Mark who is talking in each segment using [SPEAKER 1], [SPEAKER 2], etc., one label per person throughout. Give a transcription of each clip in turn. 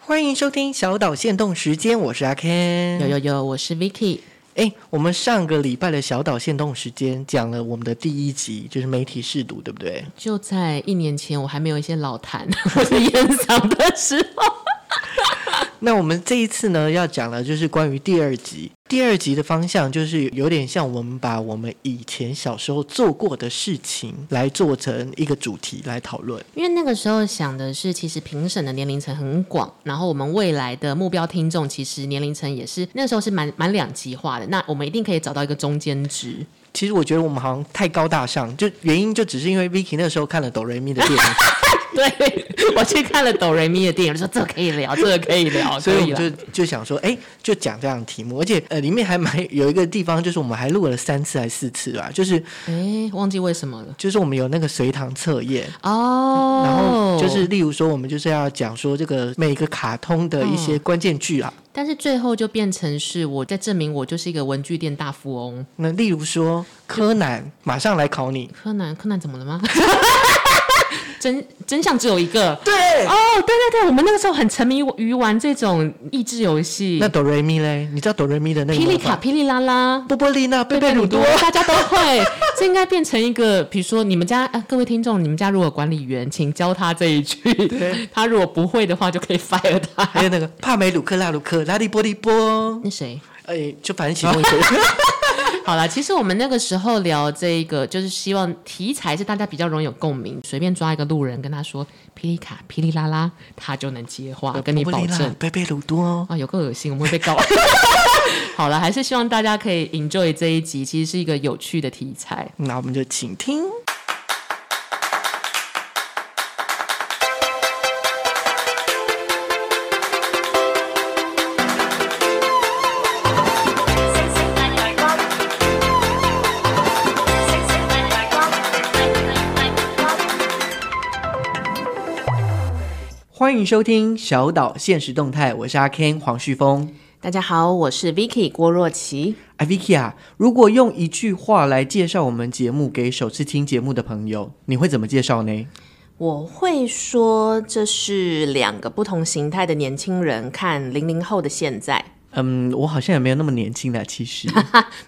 [SPEAKER 1] 欢迎收听小岛限动时间，我是阿 Ken。
[SPEAKER 2] 有有有，我是 Vicky。
[SPEAKER 1] 哎，我们上个礼拜的小岛限动时间讲了我们的第一集，就是媒体试读，对不对？
[SPEAKER 2] 就在一年前，我还没有一些老痰 或是烟嗓的时候，
[SPEAKER 1] 那我们这一次呢，要讲的就是关于第二集。第二集的方向就是有点像我们把我们以前小时候做过的事情来做成一个主题来讨论。
[SPEAKER 2] 因为那个时候想的是，其实评审的年龄层很广，然后我们未来的目标听众其实年龄层也是那时候是蛮蛮两极化的。那我们一定可以找到一个中间值。
[SPEAKER 1] 其实我觉得我们好像太高大上，就原因就只是因为 Vicky 那时候看了哆瑞咪的电影，
[SPEAKER 2] 对我去看了哆瑞咪的电影，我说这个可以聊，这个可以聊，
[SPEAKER 1] 所以
[SPEAKER 2] 可
[SPEAKER 1] 我
[SPEAKER 2] 以
[SPEAKER 1] 们
[SPEAKER 2] 了。
[SPEAKER 1] 就就想说，哎，就讲这样的题目，而且呃，里面还蛮有一个地方，就是我们还录了三次还是四次吧，就是
[SPEAKER 2] 哎，忘记为什么了。
[SPEAKER 1] 就是我们有那个随堂测验，
[SPEAKER 2] 哦，
[SPEAKER 1] 然后就是，例如说，我们就是要讲说这个每个卡通的一
[SPEAKER 2] 嗯
[SPEAKER 1] 些关键句啊。
[SPEAKER 2] 但是最后就变成是我在证明我就是一个文具店大富翁。
[SPEAKER 1] 那例如说，柯南马上来考你，
[SPEAKER 2] 柯南，柯南怎么了吗？ 真真相只有一个。
[SPEAKER 1] 对。
[SPEAKER 2] 哦，对对对，我们那个时候很沉迷于玩这种益智游戏
[SPEAKER 1] 那，哆瑞咪嘞？你知道哆瑞咪的那个
[SPEAKER 2] 霹雳
[SPEAKER 1] 魔
[SPEAKER 2] 卡、
[SPEAKER 1] 法、
[SPEAKER 2] 霹雳拉拉、
[SPEAKER 1] 波波丽娜、贝贝鲁多，
[SPEAKER 2] 大家都会。这应该变成一个，比如说你们家、啊、各位听众，你们家如果有管理员，请教他这一句。他如果不会的话，就可以 fire 他。
[SPEAKER 1] 还有那个帕梅鲁克拉鲁克拉利波利波，
[SPEAKER 2] 那谁？
[SPEAKER 1] 哎，就反正其中一 个。
[SPEAKER 2] 好啦，其实我们那个时候聊这个，就是希望题材是大家比较容易有共鸣，随便抓一个路人跟他说霹雳卡、霹雳拉拉，他就能接话，跟你
[SPEAKER 1] 波
[SPEAKER 2] 保
[SPEAKER 1] 波丽娜
[SPEAKER 2] 证。
[SPEAKER 1] 贝贝鲁多，
[SPEAKER 2] 啊，有够恶心，我们会被告。好了，还是希望大家可以 enjoy 这一集，其实是一个有趣的题材。
[SPEAKER 1] 那我们就请听。
[SPEAKER 3] 星星帶來光，星星帶來光，帶帶帶光。
[SPEAKER 1] 欢迎收听小岛现实动态，我是阿 Ken 黄旭峰。
[SPEAKER 2] 大家好，我是 Vicky 郭若琪。
[SPEAKER 1] 哎，Vicky 啊，如果用一句话来介绍我们节目给首次听节目的朋友，你会怎么介绍呢？
[SPEAKER 2] 我会说这是两个不同形态的年轻人看零零后的现在。
[SPEAKER 1] 嗯，我好像也没有那么年轻的，其 实。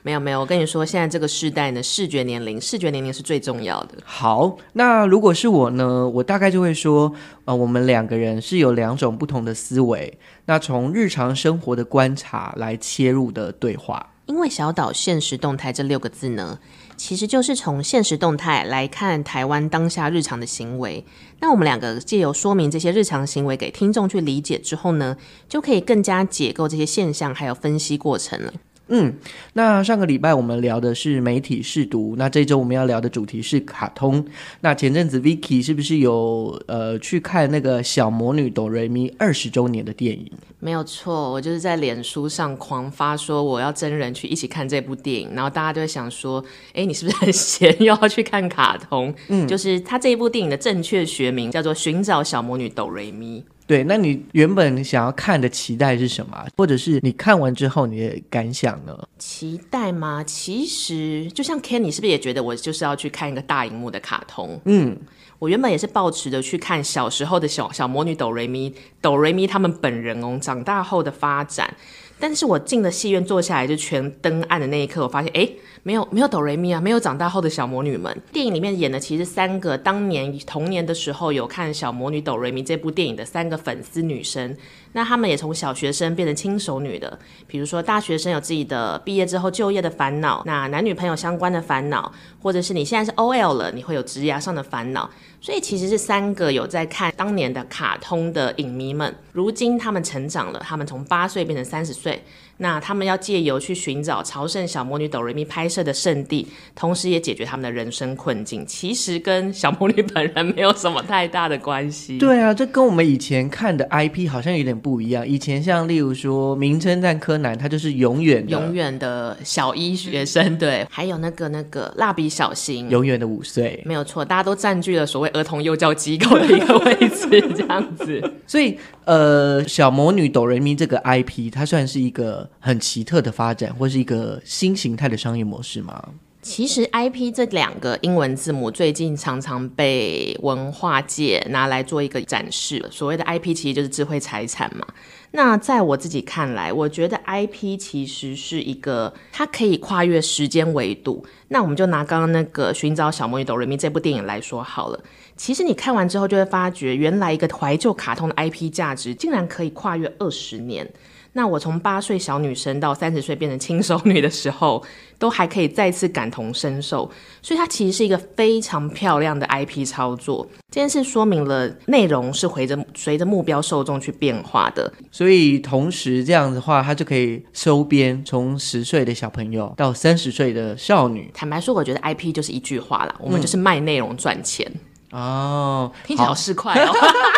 [SPEAKER 2] 没有没有，我跟你说，现在这个世代呢，视觉年龄，视觉年龄是最重要的。
[SPEAKER 1] 好，那如果是我呢，我大概就会说，呃，我们两个人是有两种不同的思维，那从日常生活的观察来切入的对话。
[SPEAKER 2] 因为小岛现实动态这六个字呢，其实就是从现实动态来看台湾当下日常的行为。那我们两个借由说明这些日常行为给听众去理解之后呢，就可以更加解构这些现象，还有分析过程了。
[SPEAKER 1] 嗯那上个礼拜我们聊的是媒体试读，那这周我们要聊的主题是卡通。那前阵子 Vicky 是不是有呃去看那个《小魔女哆瑞咪》二十周年的电影？
[SPEAKER 2] 没有错，我就是在脸书上狂发说我要真人去一起看这部电影，然后大家就会想说，哎，你是不是很闲，又要去看卡通？嗯，就是它这一部电影的正确学名叫做《寻找小魔女哆瑞咪》。
[SPEAKER 1] 对，那你原本想要看的期待是什么啊？或者是你看完之后你的感想呢？
[SPEAKER 2] 期待吗？其实就像 Ken，你是不是也觉得我就是要去看一个大荧幕的卡通？嗯，我原本也是抱持着去看小时候的小小魔女哆瑞咪、哆瑞咪他们本人哦，长大后的发展。但是我进了戏院坐下来就全登岸的那一刻，我发现哎，诶没有没有哆瑞咪啊，没有长大后的小魔女们。电影里面演的其实三个当年童年的时候有看《小魔女哆瑞咪》这部电影的三个粉丝女生，那她们也从小学生变成轻熟女的。比如说大学生有自己的毕业之后就业的烦恼，那男女朋友相关的烦恼，或者是你现在是 OL 了，你会有职涯上的烦恼。所以其实是三个有在看当年的卡通的影迷们，如今他们成长了，他们从八岁变成三十岁，那他们要借由去寻找朝圣小魔女哆瑞咪拍摄的圣地，同时也解决他们的人生困境。其实跟小魔女本人没有什么太大的关系。
[SPEAKER 1] 对啊，这跟我们以前看的 IP 嗯好像有点不一样。以前像例如说《名侦探柯南》，它就是永远的
[SPEAKER 2] 永远的小一学生，对，还有那个那个蜡笔小新，
[SPEAKER 1] 永远的五岁，
[SPEAKER 2] 没有错，大家都占据了所谓儿童幼教机构的一个位置，这样子。
[SPEAKER 1] 所以呃，小魔女哆瑞咪这个 IP，它算是一个很奇特的发展，或是一个新形态的商业模式吗？
[SPEAKER 2] 其实 IP 这两个英文字母最近常常被文化界拿来做一个展示。所谓的 IP 其实就是智慧财产嘛。那在我自己看来，我觉得 IP 其实是一个它可以跨越时间维度。那我们就拿刚刚那个《寻找小魔女哆瑞咪》这部电影来说好了。其实你看完之后就会发觉，原来一个怀旧卡通的 IP 价值竟然可以跨越二十年。那我从八岁小女生到三十岁变成轻熟女的时候，都还可以再次感同身受，所以它其实是一个非常漂亮的 IP 操作。这件事说明了内容是随着随着目标受众去变化的，
[SPEAKER 1] 所以同时这样的话，它就可以收编从十岁的小朋友到三十岁的少女
[SPEAKER 2] 坦白说，我觉得 IP 就是一句话啦，我们就是卖内容赚钱，
[SPEAKER 1] 哦。
[SPEAKER 2] 听起来好市侩哦。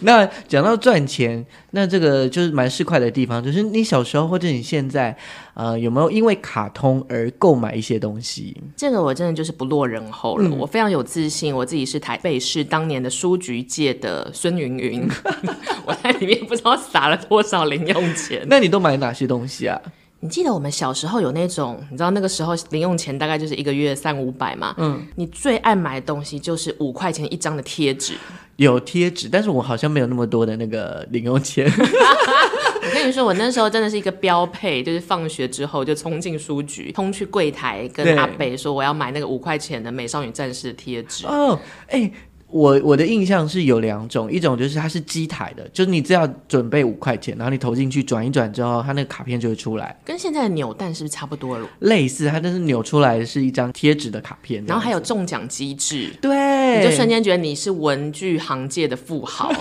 [SPEAKER 1] 那讲到赚钱，那这个就是蛮市侩的地方，就是你小时候或者你现在，呃，有没有因为卡通而购买一些东西？
[SPEAKER 2] 这个我真的就是不落人后了，我非常有自信，我自己是台北市当年的书局界的孙云云， 我在里面不知道撒了多少零用钱。
[SPEAKER 1] 那你都买哪些东西啊？
[SPEAKER 2] 你记得我们小时候有那种，你知道那个时候零用钱大概就是一个月三五百嘛，嗯，你最爱买的东西就是五块钱一张的贴纸。
[SPEAKER 1] 有贴纸，但是我好像没有那么多的那个零用钱。
[SPEAKER 2] 我跟你说，我那时候真的是一个标配，就是放学之后就冲进书局，冲去柜台
[SPEAKER 1] 对
[SPEAKER 2] 跟阿北说我要买那个五块钱的美少女战士的贴纸。
[SPEAKER 1] 哦，哎、我我的印象是有两种，一种就是它是机台的，就是你只要准备五块钱，然后你投进去转一转之后，它那个卡片就会出来，
[SPEAKER 2] 跟现在的扭蛋是不是差不多了？
[SPEAKER 1] 类似它但是扭出来是一张贴纸的卡片，
[SPEAKER 2] 然后还有中奖机制，
[SPEAKER 1] 这样
[SPEAKER 2] 你
[SPEAKER 1] 子对，
[SPEAKER 2] 就瞬间觉得你是文具行界的富豪。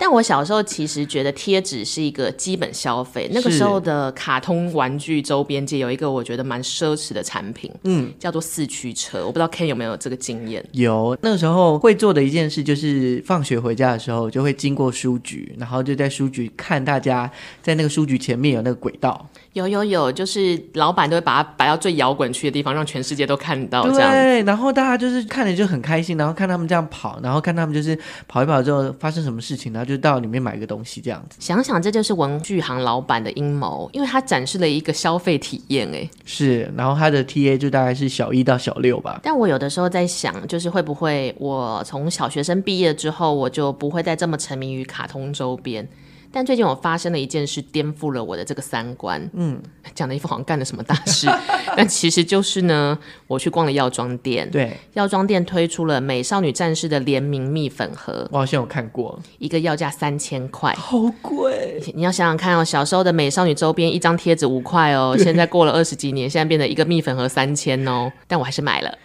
[SPEAKER 2] 但我小时候其实觉得贴纸是一个基本消费，那个
[SPEAKER 1] 是
[SPEAKER 2] 时候的卡通玩具周边界有一个我觉得蛮奢侈的产品，嗯，叫做四驱车。我不知道 Ken 有没有这个经验。
[SPEAKER 1] 有那个时候会做的一件事，就是放学回家的时候就会经过书局，然后就在书局看大家在那个书局前面有那个轨道，
[SPEAKER 2] 有有有，就是老板都会把它摆到最摇滚区的地方，让全世界都看到哦这样。
[SPEAKER 1] 对，然后大家就是看着就很开心，然后看他们这样跑，然后看他们就是跑一跑之后发生什么事情，然后就到里面买个东西这样子。
[SPEAKER 2] 想想这就是文具行老板的阴谋，因为他展示了一个消费体验哎。
[SPEAKER 1] 是，然后他的 TA 就大概是小一到小六吧。
[SPEAKER 2] 但我有的时候在想，就是会不会我从小学生毕业之后，我就不会再这么沉迷于卡通周边。但最近我发生了一件事，颠覆了我的这个三观。嗯，讲的一副好像干了什么大事， 但其实就是呢，我去逛了药妆店，
[SPEAKER 1] 对，
[SPEAKER 2] 药妆店推出了美少女战士的联名蜜粉盒，
[SPEAKER 1] 我好像有看过，
[SPEAKER 2] 一个要价三千块。
[SPEAKER 1] 好贵。
[SPEAKER 2] 你要想想看哦，小时候的美少女周边一张贴纸五块哦，现在过了二十几年，现在变成一个蜜粉盒三千哦，但我还是买了。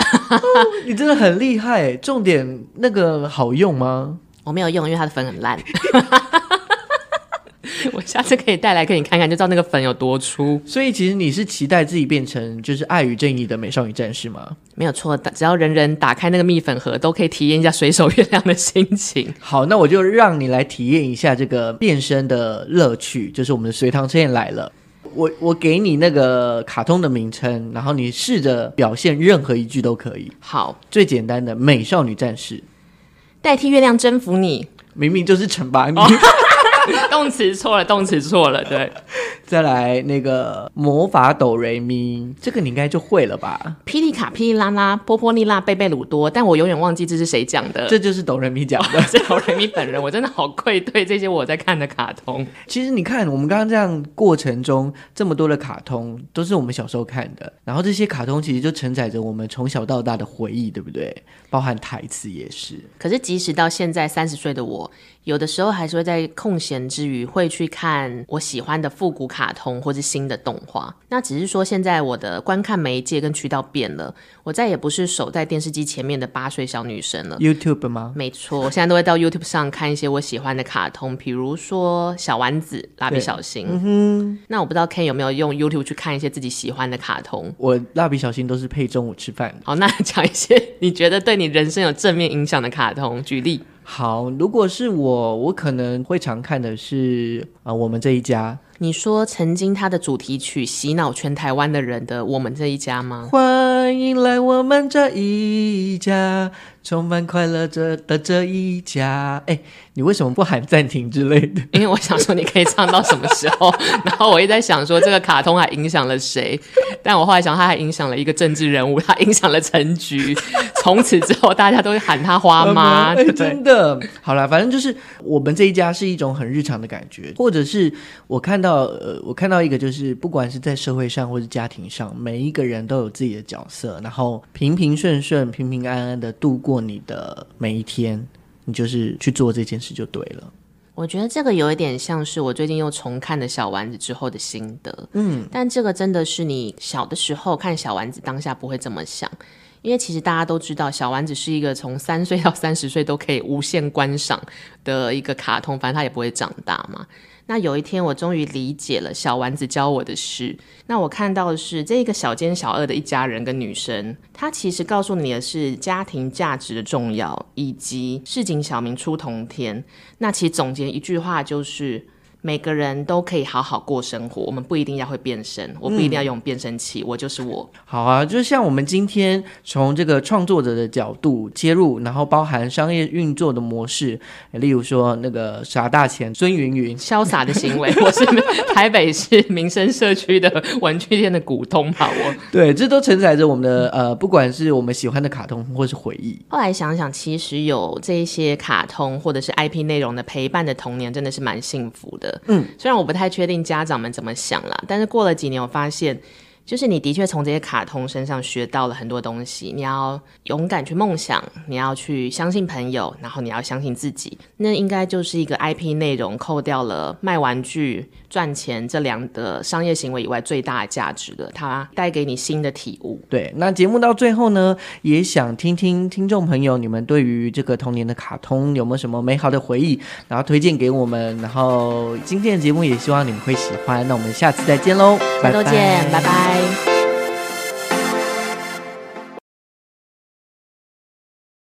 [SPEAKER 1] 你真的很厉害。重点那个好用吗？
[SPEAKER 2] 我没有用，因为它的粉很烂。 我下次可以带来给你看看，就知道那个粉有多粗。
[SPEAKER 1] 所以其实你是期待自己变成就是爱与正义的美少女战士吗？
[SPEAKER 2] 没有错，打只要人人打开那个蜜粉盒，都可以体验一下水手月亮的心情。
[SPEAKER 1] 好，那我就让你来体验一下这个变身的乐趣，就是我们的随堂测验来了。我我给你那个卡通的名称，然后你试着表现任何一句都可以。
[SPEAKER 2] 好，
[SPEAKER 1] 最简单的美少女战士，
[SPEAKER 2] 代替月亮征服你，
[SPEAKER 1] 明明就是惩罚你。
[SPEAKER 2] 动词错了，动词错了，对。
[SPEAKER 1] 再来那个魔法哆瑞咪，这个你应该就会了吧？
[SPEAKER 2] 霹雳卡、霹雳拉拉、波波利拉、贝贝鲁多，但我永远忘记这是 谁讲的。
[SPEAKER 1] 这就是哆瑞咪讲的。
[SPEAKER 2] 这好人迷本人，我真的好愧对这些我在看的卡通。
[SPEAKER 1] 其实你看，我们刚刚这样过程中，这么多的卡通都是我们小时候看的，然后这些卡通其实就承载着我们从小到大的回忆，对不对？包含台词也是。
[SPEAKER 2] 可是，即使到现在三十岁的我，有的时候还是会在空闲之余会去看我喜欢的复古卡通或是新的动画。那只是说，现在我的观看媒介跟渠道变了，我再也不是守在电视机前面的八岁小女生了。
[SPEAKER 1] YouTube 吗？
[SPEAKER 2] 没错，我现在都会到 YouTube 上看一些我喜欢的卡通，比如说小丸子、蜡笔
[SPEAKER 1] 对
[SPEAKER 2] 小新。那我不知道 Ken 有没有用 YouTube 去看一些自己喜欢的卡通？
[SPEAKER 1] 我蜡笔小新都是配中午吃饭的。
[SPEAKER 2] 好，那讲一些你觉得对你人生有正面影响的卡通，举例。
[SPEAKER 1] 好，如果是我，我可能会常看的是啊、呃我们这一家
[SPEAKER 2] 你说曾经它的主题曲洗脑全台湾的人的《我们这一家》吗？
[SPEAKER 1] 欢迎来我们这一家，充满快乐这的这一家。哎，你为什么不喊暂停之类的？
[SPEAKER 2] 因为我想说你可以唱到什么时候， 然后我一直在想说这个卡通还影响了谁，但我后来想他还影响了一个政治人物，他影响了陈菊，从此之后大家都会喊他花妈，
[SPEAKER 1] 哎
[SPEAKER 2] 对不对？
[SPEAKER 1] 真的，好啦，反正就是我们这一家是一种很日常的感觉，或者是我看到呃，我看到一个就是不管是在社会上或是家庭上，每一个人都有自己的角色，然后平平顺顺、平平安安的度过你的每一天，你就是去做这件事就对了。
[SPEAKER 2] 我觉得这个有一点像是我最近又重看了《小丸子》之后的心得，嗯，但这个真的是你小的时候看《小丸子》，当下不会这么想，因为其实大家都知道，《小丸子》是一个从三岁到三十岁都可以无限观赏的一个卡通，反正它也不会长大嘛。那有一天，我终于理解了小丸子教我的事。那我看到的是这个小奸小恶的一家人跟女生，她其实告诉你的是家庭价值的重要，以及市井小民出头天。那其实总结一句话就是。每个人都可以好好过生活，我们不一定要会变身，我不一定要用变声器，我就是我。
[SPEAKER 1] 好啊，就是像我们今天从这个创作者的角度切入，然后包含商业运作的模式，例如说那个傻大钱孙云 云，
[SPEAKER 2] 潇洒的行为，我是 台北市民生社区的文具店的股东吧，我。
[SPEAKER 1] 对，这都承载着我们的呃，不管是我们喜欢的卡通或是回忆。
[SPEAKER 2] 后来想想，其实有这一些卡通或者是 IP 内容的陪伴的童年，真的是蛮幸福的。嗯，虽然我不太确定家长们怎么想啦，但是过了几年，我发现。就是你的确从这些卡通身上学到了很多东西，你要勇敢去梦想，你要去相信朋友，然后你要相信自己。那应该就是一个 IP 内容扣掉了卖玩具赚钱这两个商业行为以外最大的价值了，它带给你新的体悟。
[SPEAKER 1] 对，那节目到最后呢，也想听听听众朋友你们对于这个童年的卡通有没有什么美好的回忆，然后推荐给我们。然后今天的节目也希望你们会喜欢。那我们下次再见喽，
[SPEAKER 2] 下周见，拜拜